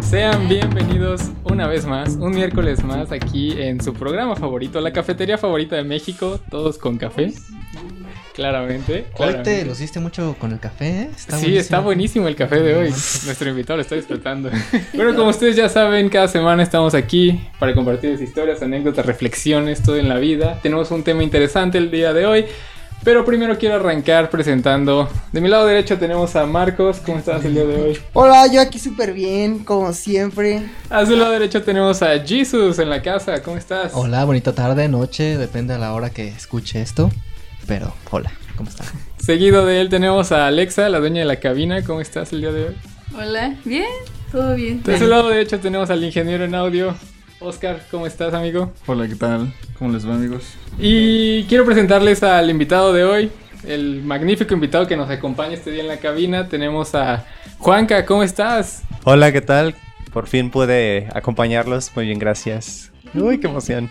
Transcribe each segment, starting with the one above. Sean bienvenidos una vez más, un miércoles más, aquí en su programa favorito, la cafetería favorita de México, todos con café. Claramente. Hoy te claramente. luciste mucho con el café, ¿eh? Está sí, está buenísimo el café de hoy. Nuestro invitado lo está disfrutando. Bueno, como ustedes ya saben, cada semana estamos aquí para compartirles historias, anécdotas, reflexiones, todo en la vida. Tenemos un tema interesante el día de hoy. Pero primero quiero arrancar presentando. De mi lado derecho tenemos a Marcos. ¿Cómo estás el día de hoy? Hola, yo aquí súper bien, como siempre. A su lado derecho tenemos a Jesus en la casa. ¿Cómo estás? Hola, bonita tarde, noche, depende de la hora que escuche esto. Pero, hola, ¿cómo están? Seguido de él tenemos a Alexa, la dueña de la cabina. ¿Cómo estás el día de hoy? Hola, bien, todo bien. De su lado derecho tenemos al ingeniero en audio. Oscar, ¿cómo estás, amigo? Hola, ¿qué tal? ¿Cómo les va, amigos? Y quiero presentarles al invitado de hoy, el magnífico invitado que nos acompaña este día en la cabina. Tenemos a Juanca, ¿cómo estás? Hola, ¿qué tal? Por fin pude acompañarlos. Muy bien, gracias. Uy, qué emoción.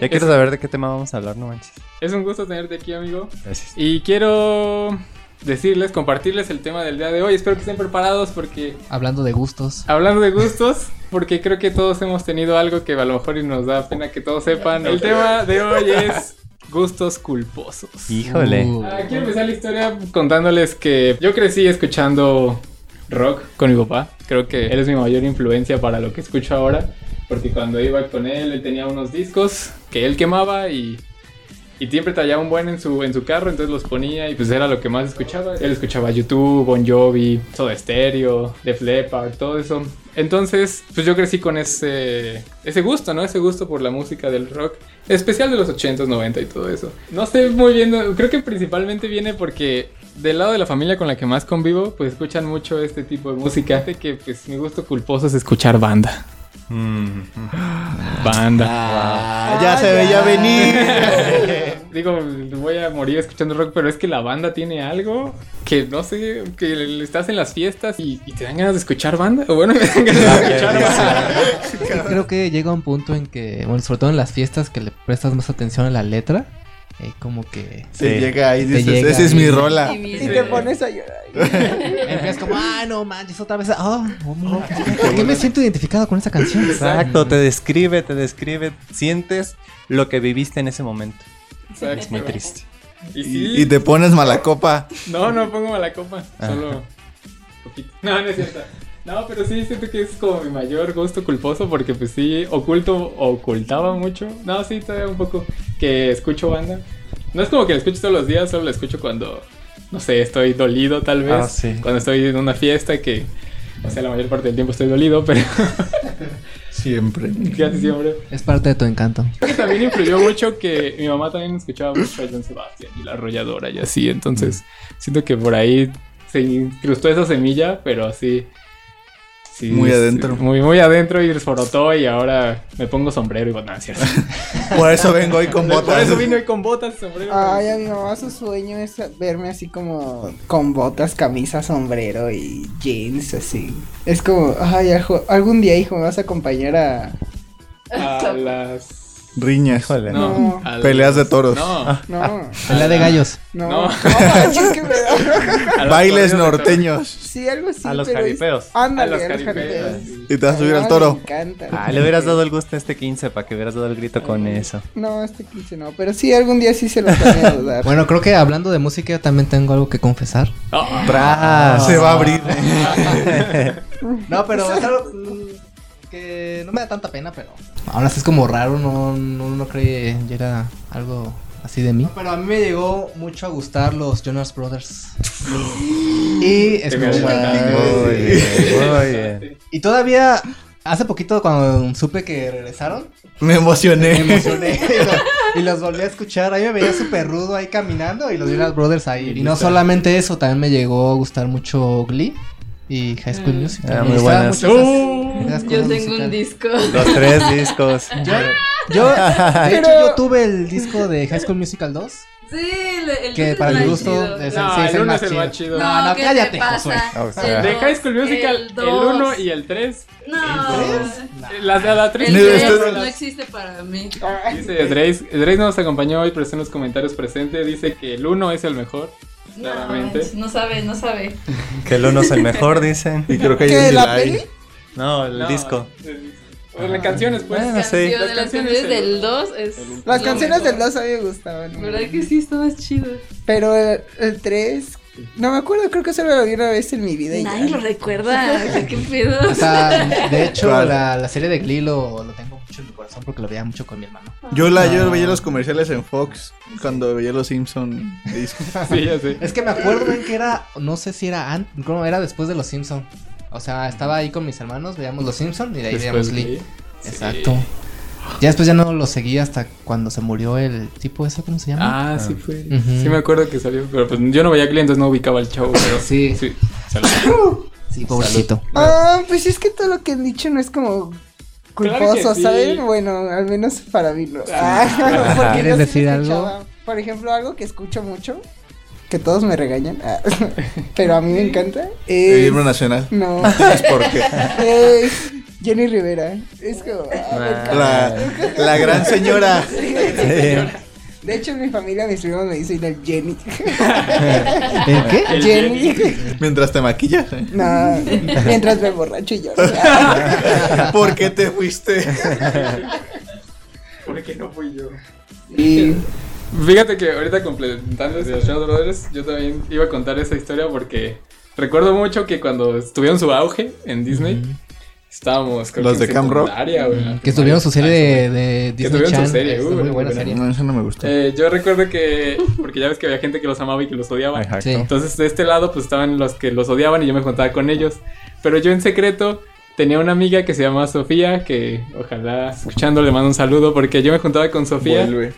Ya quiero saber de qué tema vamos a hablar, no manches. Es un gusto tenerte aquí, amigo. Gracias. Y quiero decirles, compartirles el tema del día de hoy. Espero que estén preparados porque Hablando de gustos. Hablando de gustos, porque creo que todos hemos tenido algo que a lo mejor y nos da pena que todos sepan. El tema de hoy es gustos culposos. Híjole. Uh, Ah, quiero empezar la historia contándoles que yo crecí escuchando rock con mi papá. Creo que él es mi mayor influencia para lo que escucho ahora. Porque cuando iba con él, él tenía unos discos que él quemaba y, y siempre tallaba un buen en su, en su carro. Entonces los ponía y pues era lo que más escuchaba. Él escuchaba YouTube, Bon Jovi, Soda Stereo, Def Leppard, todo eso. Entonces, pues yo crecí con ese, ese gusto, ¿no? Ese gusto por la música del rock. Especial de los 80s, 90 y todo eso. No sé muy bien, no- creo que principalmente viene porque del lado de la familia con la que más convivo, pues escuchan mucho este tipo de música. De que pues mi gusto culposo es escuchar banda. Mm. Banda. Ah, ya se veía venir. Digo, voy a morir escuchando rock, pero es que la banda tiene algo que no sé, que le- estás en las fiestas y, y te dan ganas de escuchar banda. O bueno, me dan ganas de escuchar banda. creo que llega un punto en que, bueno, sobre todo en las fiestas que le prestas más atención a la letra, eh, como que Se Sí. llega ahí, Te dices, llega esa es ahí". mi rola. Y Y bien. te pones a llorar. empiezas como, ah, no manches, otra vez. ah, oh, no, ¿Por qué me siento identificado con esa canción? Exacto, te describe, te describe. Sientes lo que viviste en ese momento. Exacto. Es muy triste. Y, sí, Y, y te pones mala copa. No, no pongo la copa, Ah. solo poquito. No, no es cierto. No, pero sí siento que es como mi mayor gusto culposo porque pues sí oculto ocultaba mucho. No, sí todavía un poco que escucho banda. No es como que la escucho todos los días, solo la escucho cuando no sé, estoy dolido tal vez, Ah, sí. cuando estoy en una fiesta que o sea, la mayor parte del tiempo estoy dolido, pero Siempre. casi siempre. Es parte de tu encanto. Creo que también influyó mucho que mi mamá también escuchaba mucho a John Sebastián y la arrolladora y así. Entonces, siento que por ahí se incrustó esa semilla, pero así. sí, Muy sí, adentro. Muy, muy adentro y desforotó y ahora me pongo sombrero y botas. ¿cierto? Por eso vengo hoy con botas. Por eso vino hoy con botas, sombrero. Ay, a mi mamá su sueño es verme así como con botas, camisa, sombrero y jeans, así. Es como, ay, ajo- algún día, hijo, me vas a acompañar a... A las. Riñas. Híjole. No, No. a las- Peleas de toros. No, a Ah, No, La de gallos. no. No. No, es que me da... las peleas Bailes de toros. norteños. Sí, algo así, A los pero es- jaripeos. Ándale, A a los los jaripeos. jaripeos. Y te vas a subir No, al toro. Me encanta. Ah, le hubieras dado el gusto a este 15 para que hubieras dado el grito con eso. No, este 15 no, pero sí, algún día sí se lo planeo dar. Bueno, creo que hablando de música yo también tengo algo que confesar. Ah, Tras. Se va a abrir. No, pero es algo mm, que no me da tanta pena, pero aún así es como raro, no, no, no creí que era algo así de mí. pero a mí me llegó mucho a gustar los Jonas Brothers. y Te me escuché- adelantaste. Muy bien, muy bien. y todavía hace poquito cuando supe que regresaron, Me me emocioné. emocioné y, lo- y los volví a escuchar. Ahí me veía súper rudo ahí caminando y los Jonas Brothers ahí. Y no solamente eso, también me llegó a gustar mucho Glee y High School Music. Ah, muy buenas. Uh. Esas Mm. Yo cosas tengo un musicales. disco. Los tres discos. Yo, de hecho, Pero- yo tuve el disco de High School Musical 2. Sí, el, el Que disco para es mi más gusto chido. de- No, sí, el es el uno más es el más chido. chido. No, no, ¿qué cállate, te pasa? Josué. O sea. De High School Musical, el 1 y el 3. No. La de la 3. El No, esto 3 no- no existe para mí. Ay, Dice Drace, Drace nos acompañó hoy, pero está en los comentarios presente. Dice que el 1 es el mejor. No, Claramente. no sabe, no sabe. Que el uno es el mejor, dicen. Y creo que ¿Qué, hay un la delay. peli? No, el No, disco. el- o las canciones, pues. Bueno, sí. Canción, de Las las canciones canciones del 2 es. el- Las lo canciones mejor. del 2 a mí me gustaban. ¿Verdad que sí? Está más chido. Pero el 3, no me acuerdo, creo que solo lo vi una vez en mi vida. y Nadie ya. lo recuerda. o sea, ¿Qué pedo? O sea, de hecho, ¿Cuál? la, la serie de Glee lo, lo tengo mucho en mi corazón porque lo veía mucho con mi hermano. Yo, la, yo No. veía los comerciales en Fox cuando veía los Simpson discos. Sí, ya sé. Es que me acuerdo bien que era, no sé si era antes, no, era después de Los Simpson. O sea, estaba ahí con mis hermanos, veíamos Los Simpson y de ahí veíamos Después Glee. Glee. Exacto. Ya después ya no lo seguí hasta cuando se murió el tipo ese, ¿cómo se llama? Ah, sí fue. Ujú. Sí me acuerdo que salió, pero pues yo no veía Glee, entonces no ubicaba al chavo, pero Sí. sí. salió. sí, pobrecito. Ah, pues es que todo lo que han dicho no es como Claro culposo, que sí. ¿saben? Bueno, al menos para mí no. Ah. Porque ¿Quieres yo sí decir algo? escuchaba, Por ejemplo, algo que escucho mucho, que todos me regañan, ah, pero a mí me encanta, El es... libro nacional. No, Es porque es Jenny Rivera. Es como... ah, me encanta. la, la gran señora. De hecho, en mi familia, mis primos me dicen la Jenny. ¿El qué? El Jenny. Mientras te maquillas. ¿eh? No, mientras me borracho y lloro. Ah, ¿Por qué te fuiste? ¿Por qué no fui yo? Y Fíjate que ahorita complementando de los Shadow Brothers, yo también iba a contar esa historia porque recuerdo mucho que cuando estuvieron su auge en Disney, estábamos creo Los que en de Camp Rock. secundaria, güey, en la Que tuvieron su serie primaria. de, de Disney tuvieron su Channel. serie, uh, es muy muy buena buena. serie. No, eso no me gustó. Eh, yo recuerdo que, porque ya ves que había gente que los amaba y que los odiaba. Exacto. Sí. Entonces de este lado pues estaban los que los odiaban y yo me juntaba con ellos. Pero yo en secreto tenía una amiga que se llamaba Sofía, que ojalá escuchando le mando un saludo porque yo me juntaba con Sofía. Vuelve.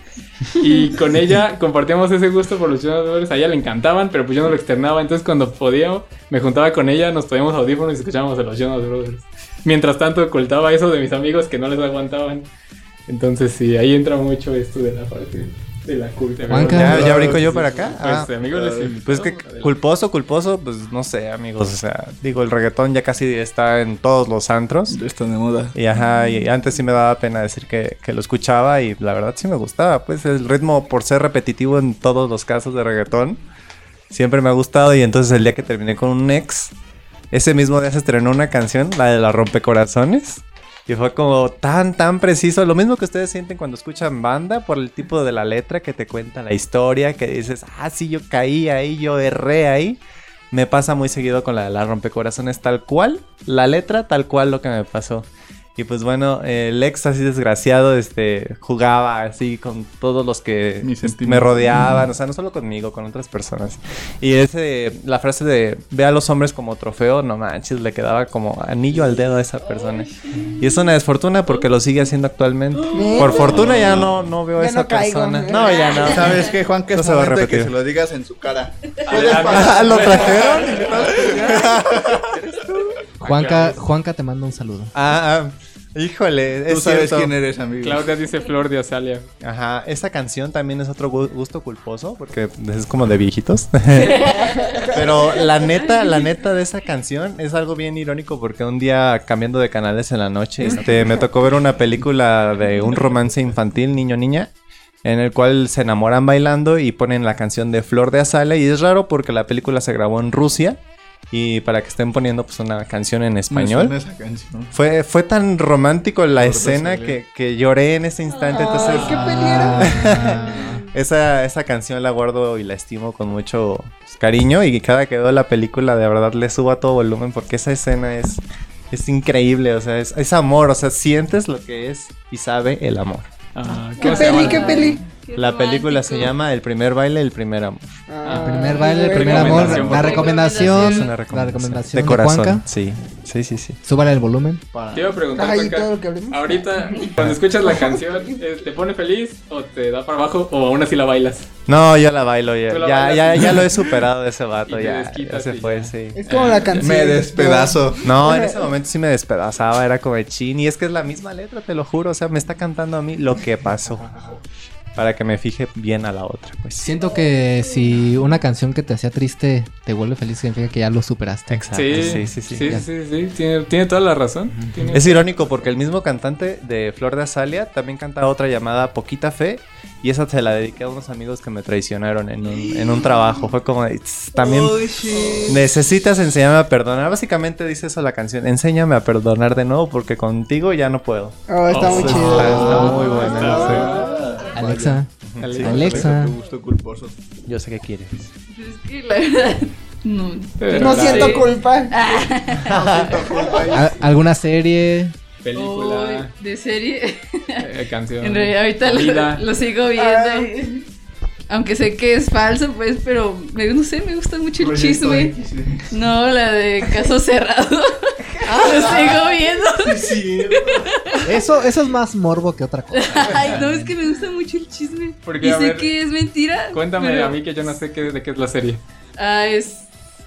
Y con ella compartíamos ese gusto por los Brothers. A ella le encantaban, pero pues yo no lo externaba. Entonces cuando podía, me juntaba con ella, nos poníamos audífonos y escuchábamos a los Jonas Brothers. Mientras tanto ocultaba eso de mis amigos que no les aguantaban. Entonces sí, ahí entra mucho esto de la parte de la culpa. Juanca. ¿Ya, ya brinco yo para acá? Pues Ah, amigos les invitamos. Pues que Adelante. culposo, culposo, pues no sé, amigos. O sea, digo, el reggaetón ya casi está en todos los antros. Están de moda. Y ajá, y antes sí me daba pena decir que, que lo escuchaba y la verdad sí me gustaba. Pues el ritmo, por ser repetitivo en todos los casos de reggaetón, siempre me ha gustado. Y entonces el día que terminé con un ex, ese mismo día se estrenó una canción, la de la rompecorazones. Y fue como tan, tan preciso. Lo mismo que ustedes sienten cuando escuchan banda por el tipo de la letra que te cuenta la historia, que dices, ah, sí, yo caí ahí, yo erré ahí. Me pasa muy seguido con la de la rompecorazones tal cual, la letra tal cual lo que me pasó. Y pues bueno, eh, el ex así desgraciado, este, jugaba así con todos los que Mis sentimientos. me rodeaban, o sea, no solo conmigo, con otras personas. Y ese, la frase de ve a los hombres como trofeo, no manches, le quedaba como anillo al dedo a esa persona. Y es una desfortuna porque lo sigue haciendo actualmente. Por fortuna ¿Eh? ya no, no veo a Ya esa no caigo. persona. No, ya no. ¿Sabes qué, Juan? Que No es se va a momento de que repetir. se lo digas en su cara. Ah, lo trajeron. Juanca, Juanca te manda un saludo. Ah, ah, híjole, Tú es sabes cierto. quién eres, amigo. Claudia dice Flor de Azalia. Ajá, esa canción también es otro gu- gusto culposo porque es como de viejitos. Pero la neta, la neta de esa canción es algo bien irónico porque un día cambiando de canales en la noche, este, me tocó ver una película de un romance infantil niño-niña en el cual se enamoran bailando y ponen la canción de Flor de Azalea y es raro porque la película se grabó en Rusia y para que estén poniendo pues una canción en español. Me suena esa canción. Fue, fue tan romántico Flor la de escena Azalea. que, que lloré en ese instante. Entonces, Ay, qué Ah, esa, esa canción la guardo y la estimo con mucho pues, cariño y cada que veo la película de verdad le subo a todo volumen porque esa escena es, es increíble, o sea, es, es amor, o sea, sientes lo que es y sabe el amor. Ah, ¿Qué se peli, llama? qué peli? Qué La película se romántico. llama El primer baile, el primer amor. Ah, primer baile, el bueno. primer amor. recomendación, La por favor. recomendación. Es una La recomendación. recomendación de, de corazón. Juanca. Sí, sí, sí, sí. Súbale el volumen. Te iba a preguntar, Ay, Juanca, todo lo que hablemos. ahorita cuando escuchas la canción, eh, ¿te pone feliz o te da para abajo o aún así la bailas? No, yo la bailo, ya, Tú la ya, ya, bailas. ya lo he superado de ese Y vato, te ya, ya desquitas se y fue, ya. sí. Es como la canción. Me despedazo. No, en ese momento sí me despedazaba, era como de chin. Y es que es la misma letra, te lo juro. O sea, me está cantando a mí lo que pasó. para que me fije bien a la otra, pues. Siento que si una canción que te hacía triste te vuelve feliz, significa que ya lo superaste. Exacto. Sí, sí, sí, sí, sí, sí, Tiene, tiene toda la razón. Tiene- Es irónico porque el mismo cantante de Flor de Azalia también canta otra llamada Poquita Fe y esa se la dediqué a unos amigos que me traicionaron en un, en un trabajo. Fue como, de, "Tss, también necesitas enseñarme a perdonar. Básicamente dice eso la canción, enséñame a perdonar de nuevo porque contigo ya no puedo. Oh, está muy Está- chido. Ah, está muy buena. Alexa, Alexa. Alexa. Tu gusto culposo. Yo sé qué quieres. Pues Es que la verdad. No. Pero No la siento de- culpa. ¿a- ¿Alguna serie? Película, Uy, Oh, de serie. eh, canción. En realidad, ahorita vida. lo, lo sigo viendo. Ah, Aunque sé que es falso, pues, pero me- no sé, me gusta mucho el chisme. No, la de caso cerrado. lo sigo viendo. Eso, eso es más morbo que otra cosa. Ay, no, es que me gusta mucho el chisme. Porque, y a sé ver, que es mentira. Cuéntame pero- a mí que yo no sé qué, de qué es la serie. Ah, es.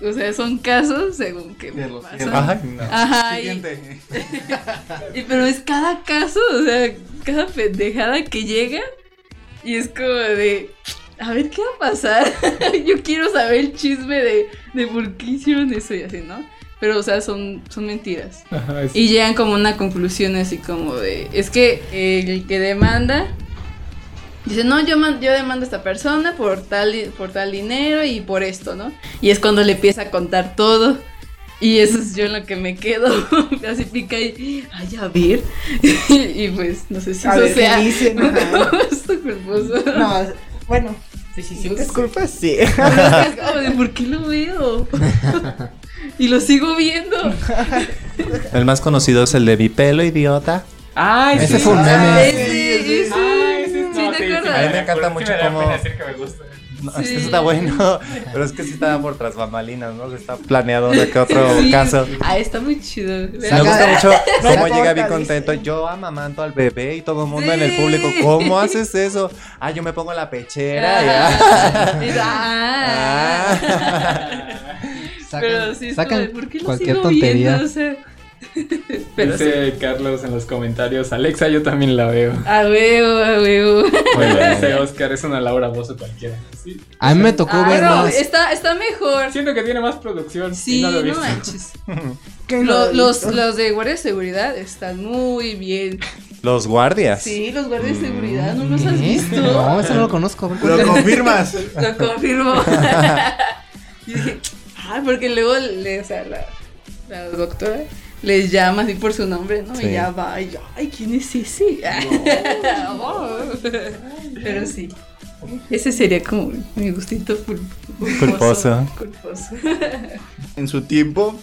O sea, son casos según que. De los pasan. cielos. Ay, no. Ajá, y, Siguiente. y- pero es cada caso, o sea, cada pendejada que llega y es como de, a ver qué va a pasar, yo quiero saber el chisme de, de por qué hicieron eso y así, ¿no? Pero, o sea, son, son mentiras. Ajá, es- Y llegan como a una conclusión así como de, es que el que demanda dice, no, yo, man- yo demando a esta persona por tal, di- por tal dinero y por esto, ¿no? Y es cuando le empieza a contar todo. Y eso es yo en lo que me quedo. así pica y, ay, a ver. y pues, no sé si A eso ver qué sea. dicen, no ajá. esto pues, culposo. No, bueno. Si sientes culpa, sí. Es como de, ¿por qué lo veo? y lo sigo viendo. El más conocido es el de mi pelo, idiota. Ay, sí. Ese fue Ah, un meme. Ay, Ah, Ese, sí, ese. Ah, Ay, sí, Sí, no, ¿te sí, sí, acuerdas? A mí me encanta acuerdo, mucho sí me da cómo- pena decir que me gusta. No, Sí. este está bueno, pero es que sí está por tras bambalinas, ¿no? Se está planeado de que otro Sí. caso. Ah, está muy chido. Me gusta mucho cómo Saca- llega bien saca- contento. Yo amamanto al bebé y todo el mundo en el Sí. público. ¿Cómo haces eso? Ah, yo me pongo la pechera. Ah, ya. y da- ah. Pero sí, es como de, sacan ¿por qué lo cualquier sigo tontería. viendo? O sea, pero sí. Dice Carlos en los comentarios, Alexa, yo también la veo. A huevo, a huevo. Bueno, dice Oscar, es una Laura Bozo cualquiera. Sí. A mí me tocó Ah, ver no, más. está, está mejor. Siento que tiene más producción. y Sí, no lo no, he visto. manches. Que no Lo- lo los, he visto. los de guardia de seguridad están muy bien. Los guardias. Sí, los guardias de seguridad, ¿no los has ¿Eh? visto? No, eso no lo conozco. a ver, Lo confirmas. Lo confirmo. y dije, ah, porque luego le, o sea, la, la doctora les llama así por su nombre, ¿no? Sí. Y ya va, y yo, ay, ¿quién es ese? Oh. Pero sí. Ese sería como mi gustito pul- Culposo. Culposo. En su tiempo,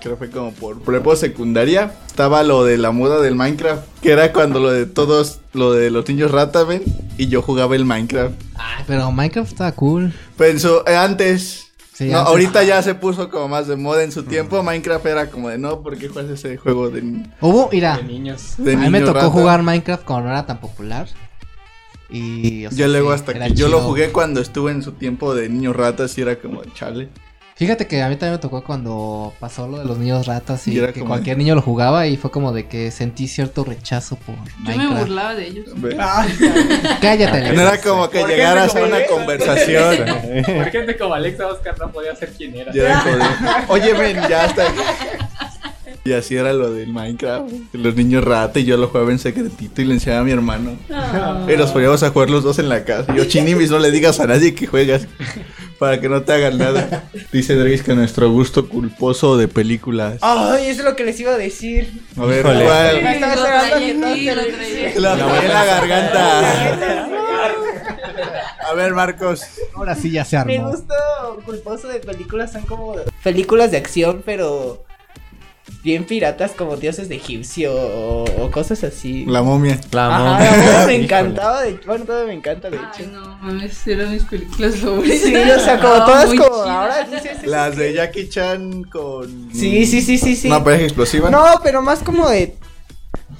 creo que fue como por prepo secundaria, estaba lo de la moda del Minecraft, que era cuando lo de todos, lo de los niños rata, ven, y yo jugaba el Minecraft. Ay, pero Minecraft estaba cool. Pensó, eh, antes. Sí, no, antes. Mm. ahorita ya se puso como más de moda en su tiempo. Minecraft era como de no, ¿por qué juegas ese juego de, ni- Hubo, mira, De niños. de a mí me niño tocó rata?" jugar Minecraft cuando no era tan popular. Y. o sea, Yo luego sí, hasta era que yo lo chido. jugué cuando estuve en su tiempo de niño rata, así era como chale. Fíjate que a mí también me tocó cuando pasó lo de los niños ratas y, Y era que como- cualquier niño lo jugaba y fue como de que sentí cierto rechazo por Yo me Minecraft. burlaba de ellos. Ve. Cállate, No Alexa. era como que Ah, ¿Por qué llegaras me a una comes? conversación. Por gente como Alexa Oscar no podía ser quien era. Y era como de, Oye, ven, ya está. Y así era lo del Minecraft. de Los niños rata y yo lo jugaba en secretito y le enseñaba a mi hermano. Y nos poníamos a jugar los dos en la casa. Y Yo, Chinimis, no le digas a nadie que juegas para que no te hagan nada. Dice Drakes que nuestro gusto culposo de películas. Ay, eso es lo que les iba a decir. A ver, Híjole. ¿cuál? Me estaba Lo cerrando traía que en no mí, te lo lo- traía. La voy en la garganta. A ver, Marcos. Ahora sí ya se Mi armó. gusto culposo de películas son como películas de acción, pero bien piratas como dioses de egipcio o, o cosas así. La momia. La Ajá, momia. la verdad me Híjole. encantaba, de, bueno, todavía me encanta, de Ay, hecho. no mames, eran mis películas favoritas. Sí, o sea, como Estaban todas muy como chidas. ahora dices... Las de Jackie Chan con. Sí, sí, sí, sí, sí. Una pareja explosiva. No, pero más como de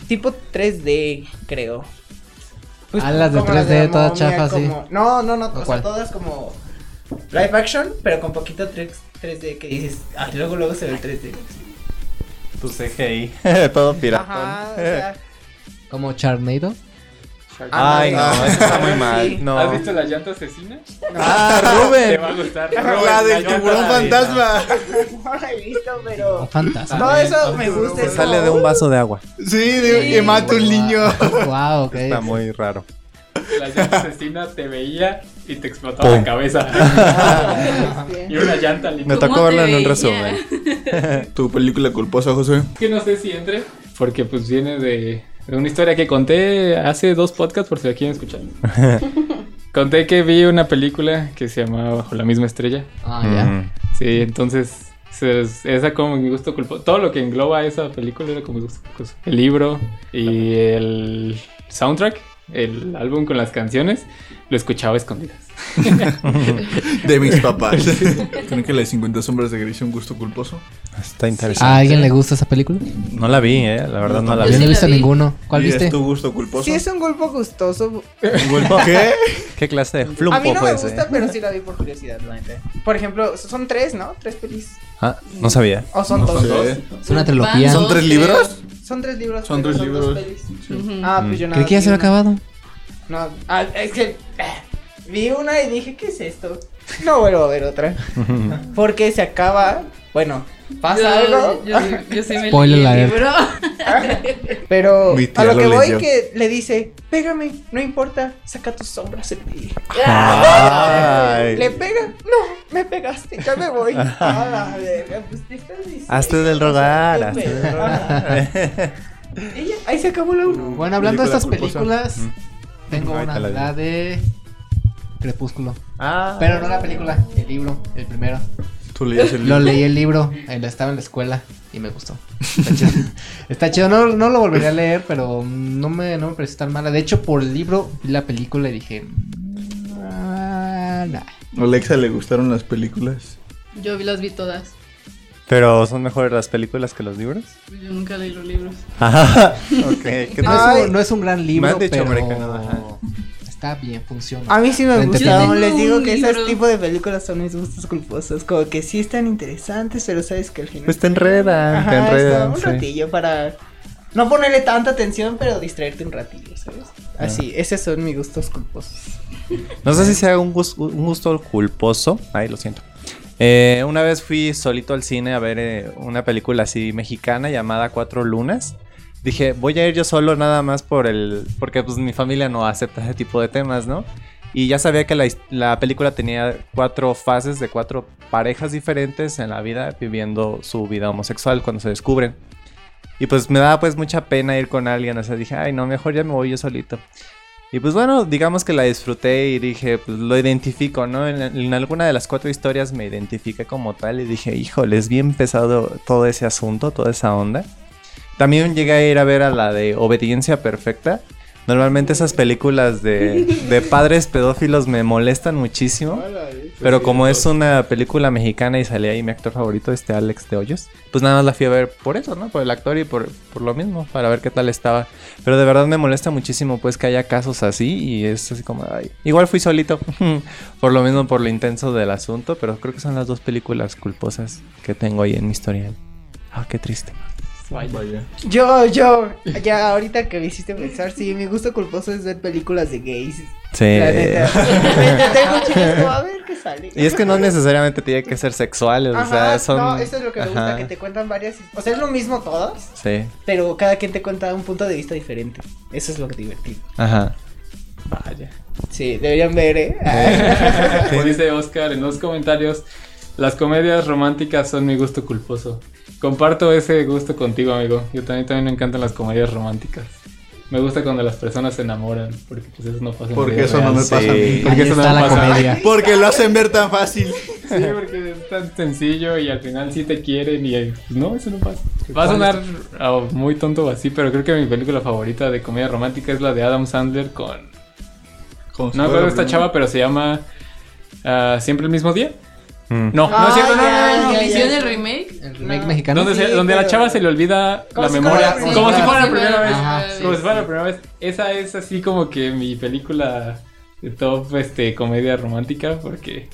tipo 3D, creo. Pues, Ah, las de como 3D la todas momia, chafas, sí. como- No, no, no, ¿O o cuál? sea, todas como live action, pero con poquito 3, 3D que dices, ah, luego luego se ve el 3D. Tu CGI. Todo piratón. Ajá, o sea, Como Charnado. Ay, no, Ah, eso está muy sí. mal. No. ¿Has visto las llantas asesinas? Ah, Te Rubén. va a gustar. La del tiburón fantasma. No la he visto, pero. Un Oh, fantasma. No, eso me gusta. Que eso. sale de un vaso de agua. Sí, de- que mata un niño. Wow, ok. Está muy raro. La llanta asesina te veía y te explotaba la Pum. cabeza. Este, Y una llanta limpia. Me tocó ¿Cómo te verlo en un veía? resumen. Tu película culposa, José. Es que no sé si entre, porque pues viene de, de una historia que conté hace dos podcasts, por si la quieren escuchar. conté que vi una película que se llamaba Bajo la misma estrella. Ah, ya. Mm. Sí, entonces se- esa como mi gusto culposo. Todo lo que engloba esa película era como mi gusto culposo. El libro y el soundtrack, el álbum con las canciones, lo escuchaba a escondidas. De mis papás. ¿Creen que la de 50 sombras de Grey sea un gusto culposo? Está ¿A interesante. alguien le gusta esa película? No la vi, eh. La verdad no la Yo Yo no he sí vi. la visto vi. ninguno. ¿Cuál ¿Y viste? ¿Es tu gusto culposo? Sí, es un golpe gustoso. ¿Qué? ¿Qué clase de flumpo A mí no fue me ese? ¿eh? gusta, pero sí la vi por curiosidad, la neta. Por ejemplo, son tres, ¿no? Tres pelis. Ah, no sabía. O son No dos. sé. Es una trilogía. ¿Son tres libros? Son tres libros. Son pero tres dos libros. pelis. Ujú. Ah, pues yo nada. Creí que ya vi se había una. acabado. No, ah, es que eh, vi una y dije, ¿qué es esto? No vuelvo a ver otra. Porque se acaba. Bueno, pasa algo. Yo, yo, yo sí me Spoiler leí el alert. libro. Pero Mi tía a lo que lo voy leyó. que le dice, pégame, no importa, saca tus sombras en mí. Eh. Ay. Le pega, no, me pegaste, ya me voy. A la verga, pues ¿qué estás diciendo? Hazte del rogar, Qué hazte del pedo. Y ya, pues. ahí se acabó la uno. Bueno, hablando de Película estas películas, Mm. tengo Ahí una te la la de Crepúsculo. Ah. Pero no la película, el libro, el primero. Tú leías el Lo libro. leí el libro, eh, lo estaba en la escuela y me gustó. Está chido. Está chido, no, no lo volvería a leer, pero no me, no me pareció tan mala. De hecho, por el libro vi la película y dije... "Mm, ah, nah". A Alexa le gustaron las películas. Yo vi- las vi todas. Pero son mejores las películas que los libros. Yo nunca leí los libros. Ajá. ok. ¿Qué No, es tal? Ay. un, no es un gran libro, Me han dicho pero americano, ajá. está bien, funciona. A mí sí me Lo gustaron, entretiene. les digo que Libro. ese tipo de películas son mis gustos culposos, como que sí están interesantes, pero sabes que al final... Pues te enredan, Ajá, te está enredan. un sí. ratillo para no ponerle tanta atención, pero distraerte un ratillo, ¿sabes? Ah. Así, esos son mis gustos culposos. No sé si sea un gusto, un gusto culposo. Ay, lo siento. Eh, una vez fui solito al cine a ver eh, una película así mexicana llamada Cuatro Lunas. Dije, voy a ir yo solo nada más por el... Porque pues mi familia no acepta ese tipo de temas, ¿no? Y ya sabía que la, his- la película tenía cuatro fases de cuatro parejas diferentes en la vida viviendo su vida homosexual cuando se descubren. Y pues me daba pues mucha pena ir con alguien, o sea, dije, ay no, mejor ya me voy yo solito. Y pues bueno, digamos que la disfruté y dije, pues lo identifico, ¿no? En, en alguna de las cuatro historias me identifiqué como tal y dije, híjole, es bien pesado todo ese asunto, toda esa onda. También llegué a ir a ver a la de Obediencia Perfecta. Normalmente esas películas de, de padres pedófilos me molestan muchísimo. Pero como es una película mexicana y salía ahí mi actor favorito, este Alex de Hoyos, pues nada más la fui a ver por eso, ¿no? Por el actor y por, por lo mismo, para ver qué tal estaba. Pero de verdad me molesta muchísimo pues que haya casos así y es así como, ay, igual fui solito, por lo mismo por lo intenso del asunto, pero creo que son las dos películas culposas que tengo ahí en mi historial. Ah, qué triste. Vaya. Yo, yo, ya ahorita que me hiciste pensar, sí, mi gusto culposo es ver películas de gays. Sí. La neta. Me entretengo, chicas, como, a ver qué sale. Eh. Y es que no necesariamente tiene que ser sexuales, o sea, Ajá, son... no, eso es lo que me gusta, Ajá. que te cuentan varias, o sea, es lo mismo todas, Sí, pero cada quien te cuenta un punto de vista diferente. Eso es lo que divertido. ajá. Vaya. Sí, deberían ver, ¿eh? Ah. Como dice Oscar en los comentarios, las comedias románticas son mi gusto culposo. Comparto ese gusto contigo, amigo. Yo también, también me encantan las comedias románticas. Me gusta cuando las personas se enamoran, porque pues eso no pasa en la Porque vida eso no real. me sí. pasa a mí. Porque Ahí eso no está me la pasa. comedia. Porque lo hacen ver tan fácil. Sí, porque es tan sencillo y al final sí te quieren y eh, pues, no, eso no pasa. Va a sonar ah, muy tonto o así, pero creo que mi película favorita de comedia romántica es la de Adam Sandler con... Como si No me acuerdo fuera de esta broma. chava, pero se llama... ah, ¿Siempre el mismo día? Mm. No, no es cierto, no, no, no, no. ¿Que ya, le hicieron ya. el remake? El remake No. mexicano. Donde, se- Sí, donde la pero- chava se le olvida Como la si memoria. fuera la Ah, como si primera fuera la vez. primera vez. Ajá, como sí, si fuera la primera vez. Esa es así como que mi película de top este, comedia romántica. Porque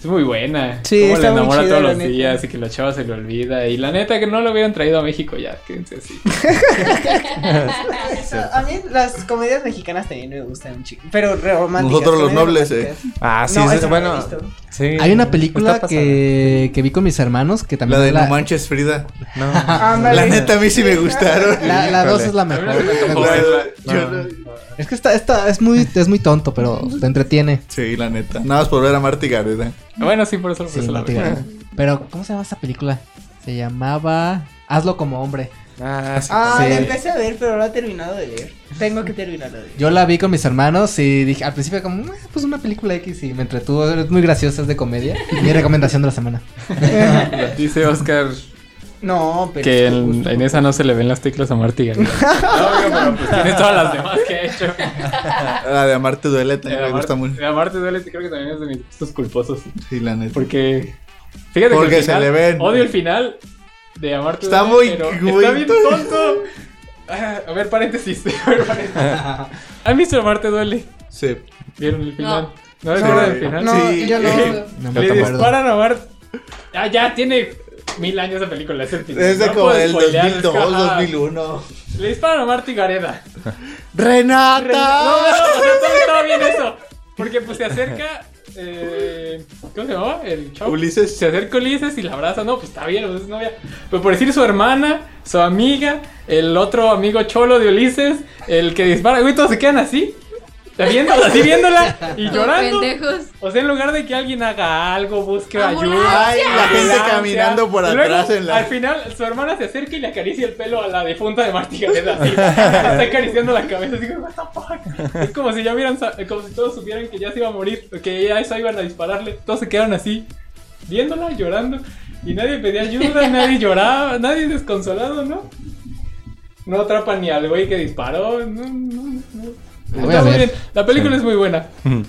Es muy buena. Sí, Cómo está le muy enamora chida, todos la los neta. días y que la chava se le olvida. Y la neta que no lo hubieran traído a México ya, quédense así. A mí las comedias mexicanas también me gustan un chico. Pero re- románticas. Nosotros los comedias nobles, románticas. Ah, sí, No, sí, esa no la he bueno. visto. sí, Hay una está película pasada. que, que vi con mis hermanos que La también de es No Manches Frida. No. Ándale. La neta a mí sí me gustaron. la, la dos Híjole. es la A mí no mejor. se me antojó La- verla. yo- Es que está, está, es muy, es muy tonto, pero te entretiene. Sí, la neta. Nada más por ver a Marta y Gareda. Ah, Bueno, sí, por eso lo Sí, puse Pues la no te digo. vez. Pero, ¿cómo se llama esa película? Se llamaba Hazlo como hombre. Ah, sí. Ah, Sí. la empecé a ver, pero no he terminado de leer. Tengo que terminarlo de leer. Yo la vi con mis hermanos y dije, al principio como, "Ah, pues una película X y me entretuvo, es muy graciosa, es de comedia. Mi recomendación de la semana. Dice Oscar No, pero. que es un en, gusto. en esa no se le ven las teclas a Marty Gareda. No, digo, pero pues tiene todas las demás que ha hecho. La de Amarte Duele también me Aparte- gusta mucho. Aparte, duele, creo que también es de mis gustos culposos. Sí, la neta. Porque. Fíjate Porque que. al se final- le ven. Odio el final de Amarte. Está Duele, muy- pero muy Está bien tonto. Ah, A ver, paréntesis. A ver, paréntesis. ¿Han visto Amarte Duele? Sí. ¿Vieron el final? ¿No, No, recuerdan el final? No, Sí. yo no. No me Le acuerdo. disparan a Marte. Ah, ya tiene mil años esa película. Es, el final. Es de No como puedo del spoilear, 2002, es que, ajá. 2001. Le disparan a Marta y Gareda. ¡Ah! No, no, ¡Renata! no, o sea, todo estaba bien eso. Porque pues se acerca. Eh, ¿Cómo se llamaba? El chavo. Ulises. Se acerca Ulises y la abraza. No, pues está bien, pues es novia. Pero por decir su hermana, su amiga, el otro amigo cholo de Ulises, el que dispara, güey, todos se quedan así. Viéndola, así viéndola y llorando. Pendejos. O sea, en lugar de que alguien haga algo, busque ¡Ambulancia! ayuda. Ay, la gente ambulancia. caminando por Y luego, atrás en la. Al final, su hermana se acerca y le acaricia el pelo a la defunta de Martí Gareda. así. Le está acariciando la cabeza. Así, como, "What the fuck?". Es como si ya hubieran, sa- eh, como si todos supieran que ya se iba a morir, o que ya eso iban a dispararle. Todos se quedaron así, viéndola, llorando. Y nadie pedía ayuda, nadie lloraba, nadie desconsolado, ¿no? No atrapan ni al güey que disparó. No, no, no. La voy Está a muy ver. bien. La película es muy buena. Mm.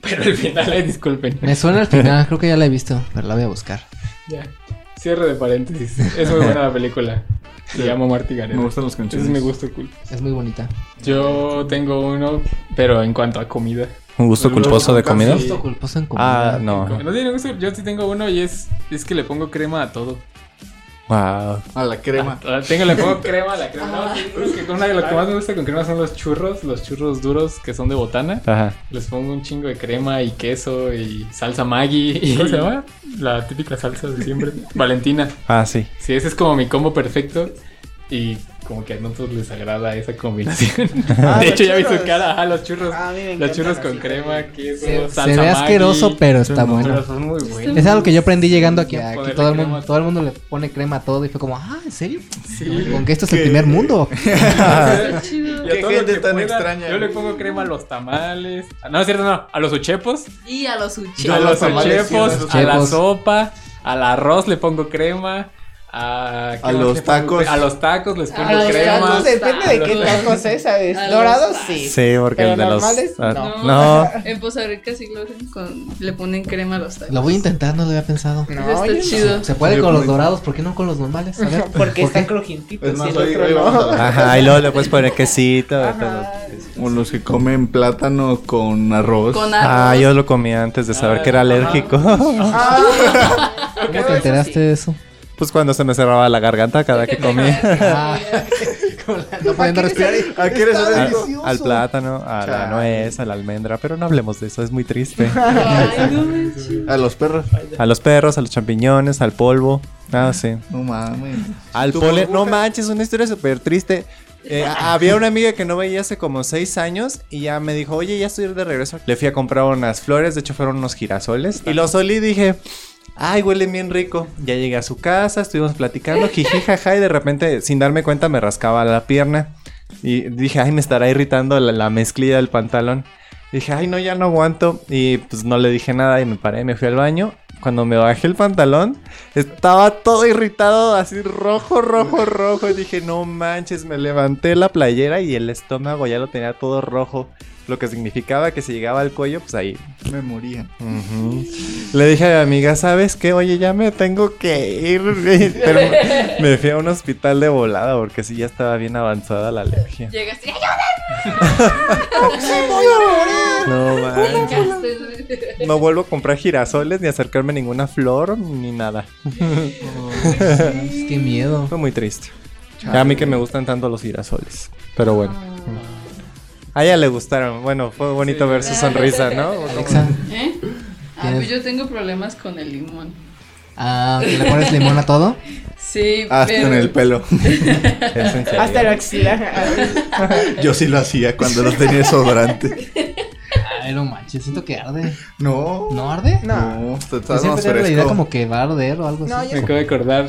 Pero el final, eh, disculpen. Me suena al final, creo que ya la he visto, pero la voy a buscar. Ya. Cierre de paréntesis. Es muy buena la película. Se llama Marty Gareda. Me gustan los Ese canciones. es mi gusto cool. Es muy bonita. Yo tengo uno, pero en cuanto a comida. ¿Un gusto culposo de comida? Sí. Gusto culposo en comida. Ah, no. No tiene gusto, yo sí tengo uno y es, es que le pongo crema a todo. Wow. A la crema. Ah, Tengo, le pongo crema a la crema. Creo que una de lo que más me gusta con crema son los churros, los churros duros que son de botana. Ajá. Les pongo un chingo de crema y queso y salsa Maggi. y- ¿Cómo se llama? La típica salsa de siempre. Valentina. Ah, sí. Sí, ese es como mi combo perfecto. Y como que a nosotros les agrada esa combinación. Ah, de los hecho, ya vi su churros. Ah, cara. Ajá, los churros. A mí los me encantan churros así con también. crema, queso, Se, salsa se ve Maggi. asqueroso, pero está Pero bueno. son muy buenos. Es algo que yo aprendí llegando aquí. Ya, aquí ponerle todo, el crema mundo, a todo el mundo le pone crema a todo y fue como, ah, ¿en serio? Sí. ¿Con que esto es el primer mundo? Ah. Ah. Está chido. Y a Qué todo lo gente que tan pueda, extraña. Yo le pongo crema a los tamales. Ah, No, es cierto, no. A los ochepos. Y a los Yo a uchis. lo- los los tamales, sí, ochepos. a los a la ochepos. sopa. Al arroz le pongo crema. A, ¿qué A más los le pongo? tacos. A los tacos les A pongo los crema. tacos, depende de qué A los- tacos es, ¿sabes? A los Dorados tacos. sí. Sí, porque Pero el de los. normales, ah, no. no. En Poza Rica sí lo hacen con- le ponen crema a los tacos. Lo voy a intentar, no lo había pensado. No, Está yo no. chido. Se puede Yo con los comí- dorados, ¿por qué no con los normales? A ver, Porque ¿por qué? están crujientitos Es más, y el hoy, otro hoy no. vamos a la- Ajá, y luego le puedes poner quesito. y todo. O los que comen plátano con arroz. Con Ah, arroz. yo lo comí antes de saber que era Ah, alérgico. Ah. ¿Cómo te enteraste de eso? pues cuando se me cerraba la garganta cada que comía. Ah, no pudiendo respirar. ¿A qué eres Al, alérgico? al plátano, a la Chale. nuez, a la almendra, pero no hablemos de eso, es muy triste. Ay, Ah. no manches. A los perros. A los perros, a los champiñones, al polvo. Ah, sí. No mames. Al Tu polen. No burbuja. manches, una historia súper triste. Eh, a- había una amiga que no veía hace como seis años y ya me dijo, oye, ya estoy de regreso. Le fui a comprar unas flores, de hecho fueron unos girasoles. Y los olí y dije, ay, huelen bien rico. Ya llegué a su casa, estuvimos platicando, jiji, jaja, y de repente, sin darme cuenta, me rascaba la pierna. Y dije, ay, me estará irritando la, la mezclilla del pantalón. Dije, ay, no, ya no aguanto. Y pues no le dije nada y me paré, me fui al baño. Cuando me bajé el pantalón, estaba todo irritado, así rojo, rojo, rojo. Y dije, no manches, me levanté la playera y el estómago ya lo tenía todo rojo. Lo que significaba que si llegaba al cuello, pues ahí. Me moría. ujú. Le dije a mi amiga, ¿sabes qué? Oye, ya me tengo que ir. Pero me fui a un hospital de volada porque sí ya estaba bien avanzada la alergia. Llegas y ¡ay, No, man. No vuelvo a comprar girasoles ni acercarme a ninguna flor ni nada. Pues, qué miedo. Fue muy triste. A mí que me gustan tanto los girasoles. Pero bueno. A ella le gustaron. Bueno, fue bonito ver su sonrisa, ¿no? Alexa. ¿Eh? Ah, ¿Tienes? pues yo tengo problemas con el limón. Ah, ¿que ¿le pones limón a todo? Sí, Hasta pero... en Ah, el pelo. Es en serio. Hasta la axila. Yo sí lo hacía cuando no tenía desodorante. Ay, no manches, siento que arde. No. ¿No arde? No, te Yo estás siempre más tengo la idea fresco. como que va a arder o algo No, así. Me acabo de acordar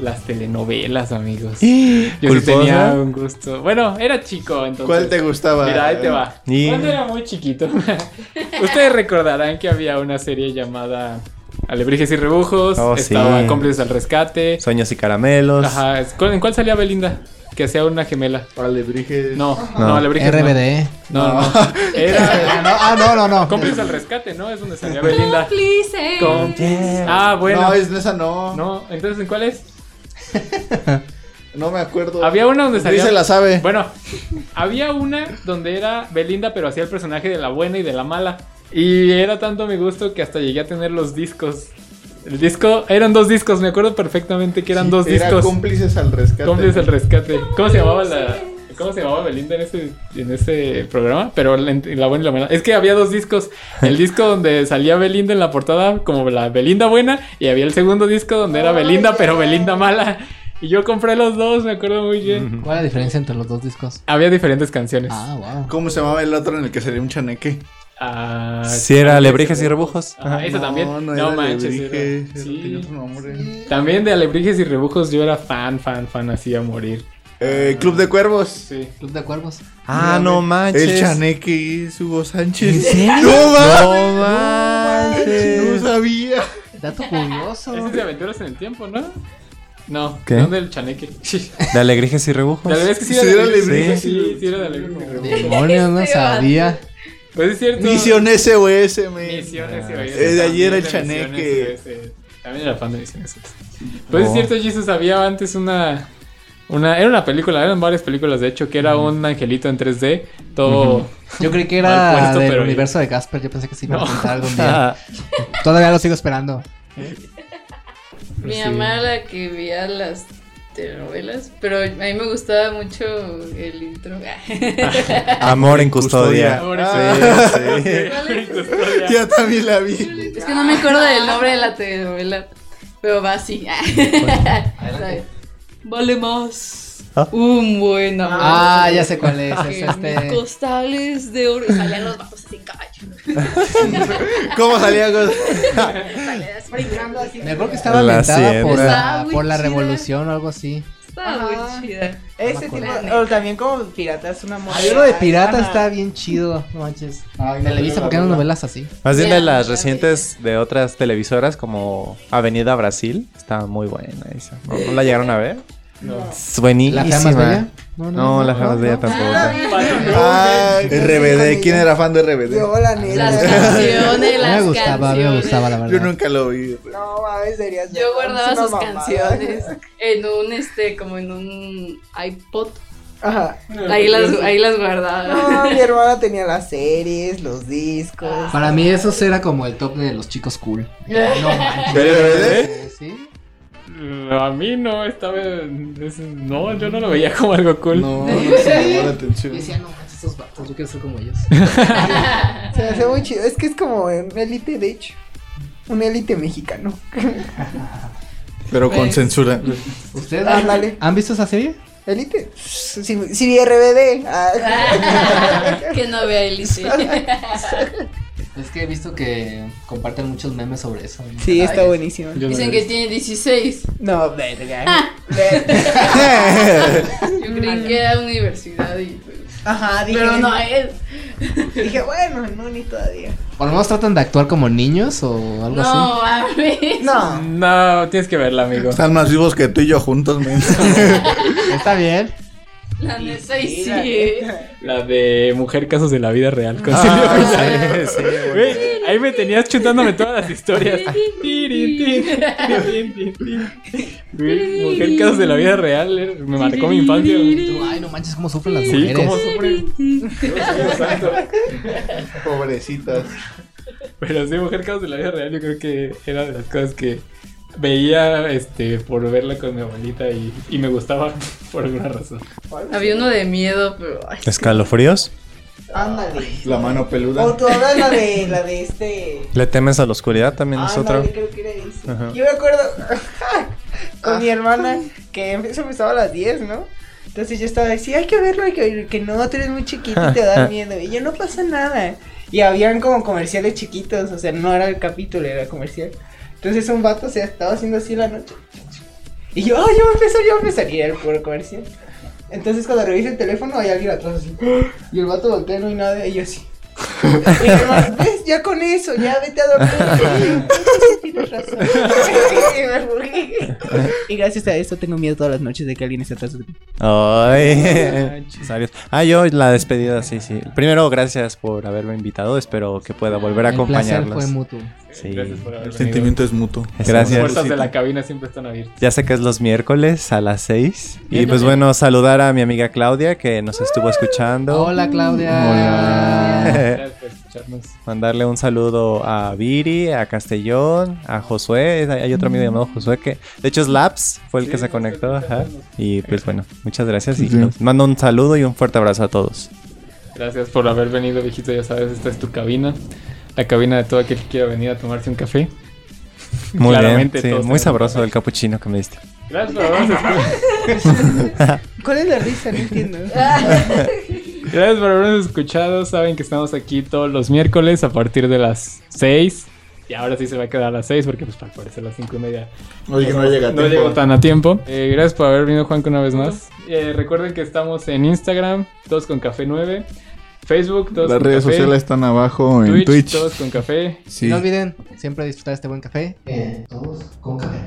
las telenovelas, amigos. Yo sí ¿Culposa? tenía un gusto. Bueno, era chico, entonces. ¿Cuál te gustaba? Mira, ahí te va. Y- Cuando era muy chiquito. Ustedes recordarán que había una serie llamada Alebrijes y Rebujos. Oh, sí. estaba Cómplices al Rescate. Sueños y caramelos. Ajá. ¿cu- ¿En cuál salía Belinda? Que hacía una gemela. Alebrijes. No, no, No. Alebrijes. no. RBD. No, no. Era Ah, no, ah, no, no, no. Cómplices al Rescate, ¿no? Es donde salía Belinda. Cómplice. Cómplices. Ah, bueno. No, es, esa no. No, No, entonces, ¿en cuál es? me acuerdo. Había una donde Luis salía. se la sabe. Bueno, había una donde era Belinda, pero hacía el personaje de la buena y de la mala. Y era tanto mi gusto que hasta llegué a tener los discos. El disco, eran dos discos, me acuerdo perfectamente que eran Sí, dos era discos. cómplices al rescate. Cómplices del rescate. ¿Cómo se llamaba la.? ¿Cómo se llamaba Belinda en ese, en ese programa? Pero en- en la buena y la mala. Es que había dos discos. El disco donde salía Belinda en la portada como la Belinda buena y había el segundo disco donde era Belinda pero Belinda mala. Y yo compré los dos, me acuerdo muy bien. Ujú. ¿Cuál es la diferencia entre los dos discos? Había diferentes canciones. Ah, wow. ¿Cómo se llamaba el otro en el que sería un chaneque? Ah, Sí, era Alebrijes y Rebujos. Ajá, Ajá. esa también. No, Ah, No, era manches. alebrijes, era- era- sí. tenía otro nombre. También de Alebrijes y Rebujos yo era fan, fan, fan, así a morir. Eh, Club de Cuervos. Sí. Club de cuervos. Ah, no manches. El chaneque es Hugo Sánchez. No manches. No sabía. Dato curioso. Ese es de aventuras en el tiempo, ¿no? No, ¿Qué? no del chaneque. De Alegrijes y Rebujos. La verdad es que sí Sí, era de era Alebrijes. Alebrijes. Sí, sí era de Alebrijes. Demonios, no Este sabía. Pues es cierto. Misión SOS, me. Misiones y Oasis. Es de ayer También el de chaneque. Misiones y Oasis. También era fan de Misiones. y Oasis. Pues es Oh. cierto, Jesus había antes una. Una, era una película, eran varias películas de hecho, que era un angelito en 3D, todo Yo creí que Mal era puesto, del pero- universo de Casper. Yo pensé que sí iba No. a contar algún día. Ah, Todavía lo sigo esperando. Mi Sí. mamá la que veía las telenovelas, pero a mí me gustaba mucho el intro. amor en custodia. Amor en Ah, sí. Custodia. Ya también la vi. es que no me acuerdo del nombre de la telenovela, pero va así. vale más ¿Ah? un buen amor. Ah, ya sé cuál es. que es mil este. costales de oro. Y Salían los vatos así en caballo. ¿Cómo salía? con- Salían así brincando así. Me acuerdo que estaba La ambientada por Estaba la, muy por la chida. revolución o algo así. Estaba Ajá. muy chida. Ese tipo, o también como pirata es una moda. Hay uno de pirata, Ajá. está bien chido. No manches. Ay, no, Televisa, no, porque no, eran no. novelas así? Más bien de Vean, las ya recientes de otras televisoras como Avenida Brasil. Está muy buena esa. ¿No, no la llegaron a ver? No. Es buenísima. ¿La fea más bella? No, la fea más bella tampoco. Ah, RBD. ¿Quién era fan de RBD? Yo, la neta. Las canciones, me las gustaba, a mí canciones. me gustaba, la Yo verdad. nunca lo vi. No, mames, serías Yo guardaba es una sus mamada. canciones en un, este, como en un iPod. Ajá. Ahí las, ahí las guardaba. No, mi hermana tenía las series, los discos. Para mí eso era como el top de los chicos cool. ¿Eh? No manches. ¿RBD? ¿Sí? No, Mm, A mí no, estaba. es- no, yo no lo veía como algo cool. No, no se me llamó la atención. no manches, esos vatos, yo quiero ser como ellos. Se me hace muy chido. Es que es como un élite, de hecho. Un élite mexicano. Pero con Pues- censura. ¿Ustedes han, Ándale. han visto esa serie? Élite. Si, si RBD. Ah. que no vea Elise. Es que he visto que comparten muchos memes sobre eso. Sí, está buenísimo. Yo no Dicen lo que vi. tiene 16. No, verga. Verga. Yo creí que era universidad y pues, Ajá, dije. Pero no eh, es. Dije, bueno, no, ni todavía. Por lo menos tratan de actuar como niños o algo así. No, mames. No. No, tienes que verla, amigo. Están más vivos que tú y yo juntos, men. Está bien. La neta, y sí. eh. la La de Mujer Casos de la Vida Real con Silvia Ah, Pinal. sí, sí, güey. Güey, ahí me tenías chutándome todas las historias. Tirin, tin, tin, tin, tin. Güey, Mujer Casos de la Vida Real eh, me marcó mi infancia. güey. Ay, no manches, cómo sufren las Sí, mujeres. cómo sufren. Pobrecitas. Pero sí, Mujer Casos de la Vida Real, yo creo que era de las cosas que veía este por verla con mi abuelita y, y me gustaba por alguna razón. Había uno de miedo, pero. ay, ¿Escalofríos? Ándale. La mano peluda. O toda la de, la de este. ¿Le temes a la oscuridad también es otra? Ándale, creo que era ese. Ajá. Yo me acuerdo con mi hermana que eso empezaba a las 10, ¿no? Entonces yo estaba así, hay que verlo, hay que verlo, que no, tú eres muy chiquito y te da miedo. Y yo, no pasa nada. Y habían como comerciales chiquitos, o sea, no era el capítulo, era comercial. Entonces un vato se estaba haciendo así la noche. Y yo, ah, yo voy a empezar, yo voy a empezar. Y era el puro comercial. Entonces cuando reviso el teléfono hay alguien atrás así. Y el vato voltea, no hay nada. Y yo así. Y mi hermana, ves, ya con eso, ya vete a dormir. Sí, tienes razón. Y me fui. Y gracias a esto tengo miedo todas las noches de que alguien esté atrás de mí. Ay, sabios. Ah, yo la despedida, sí, sí. Primero, gracias por haberme invitado. Espero que pueda volver a Ah, El placer fue acompañarlos. mutuo. Sí. Gracias por haber El venido. sentimiento es mutuo. Las Gracias. puertas de la cabina siempre están abiertas. Ya sé que es los miércoles a las 6. Y pues bueno, saludar a mi amiga Claudia que nos estuvo escuchando. Hola, Claudia. Hola. Gracias por escucharnos. Mandarle un saludo a Viri, a Castellón, a Josué. Hay otro amigo llamado Josué que, de hecho, es Laps, fue Mm. el Sí, que se Laps, conectó. ahorita ajá. hablamos. Y pues bueno, muchas gracias. Y Sí. nos mando un saludo y un fuerte abrazo a todos. Gracias por haber venido, viejito. Ya sabes, esta es tu cabina. La cabina de todo aquel que quiera venir a tomarse un café. Muy Claramente bien, sí, todos muy tenemos- sabroso el capuchino que me diste. Gracias por habernos escuchado. ¿Cuál es la risa? No entiendo. Gracias por habernos escuchado. Saben que estamos aquí todos los miércoles a partir de las 6. Y ahora sí se va a quedar a las 6 porque pues para parecer las 5 y media Oye, que no llega No tiempo. llego tan a tiempo. Eh, gracias por haber venido, Juanco, una vez más. Eh, recuerden que estamos en Instagram, todos con café 9. Facebook, todos Las con redes café. sociales están abajo en Twitch, Twitch. todos con café. Sí. No olviden siempre disfrutar este buen café. todos con café.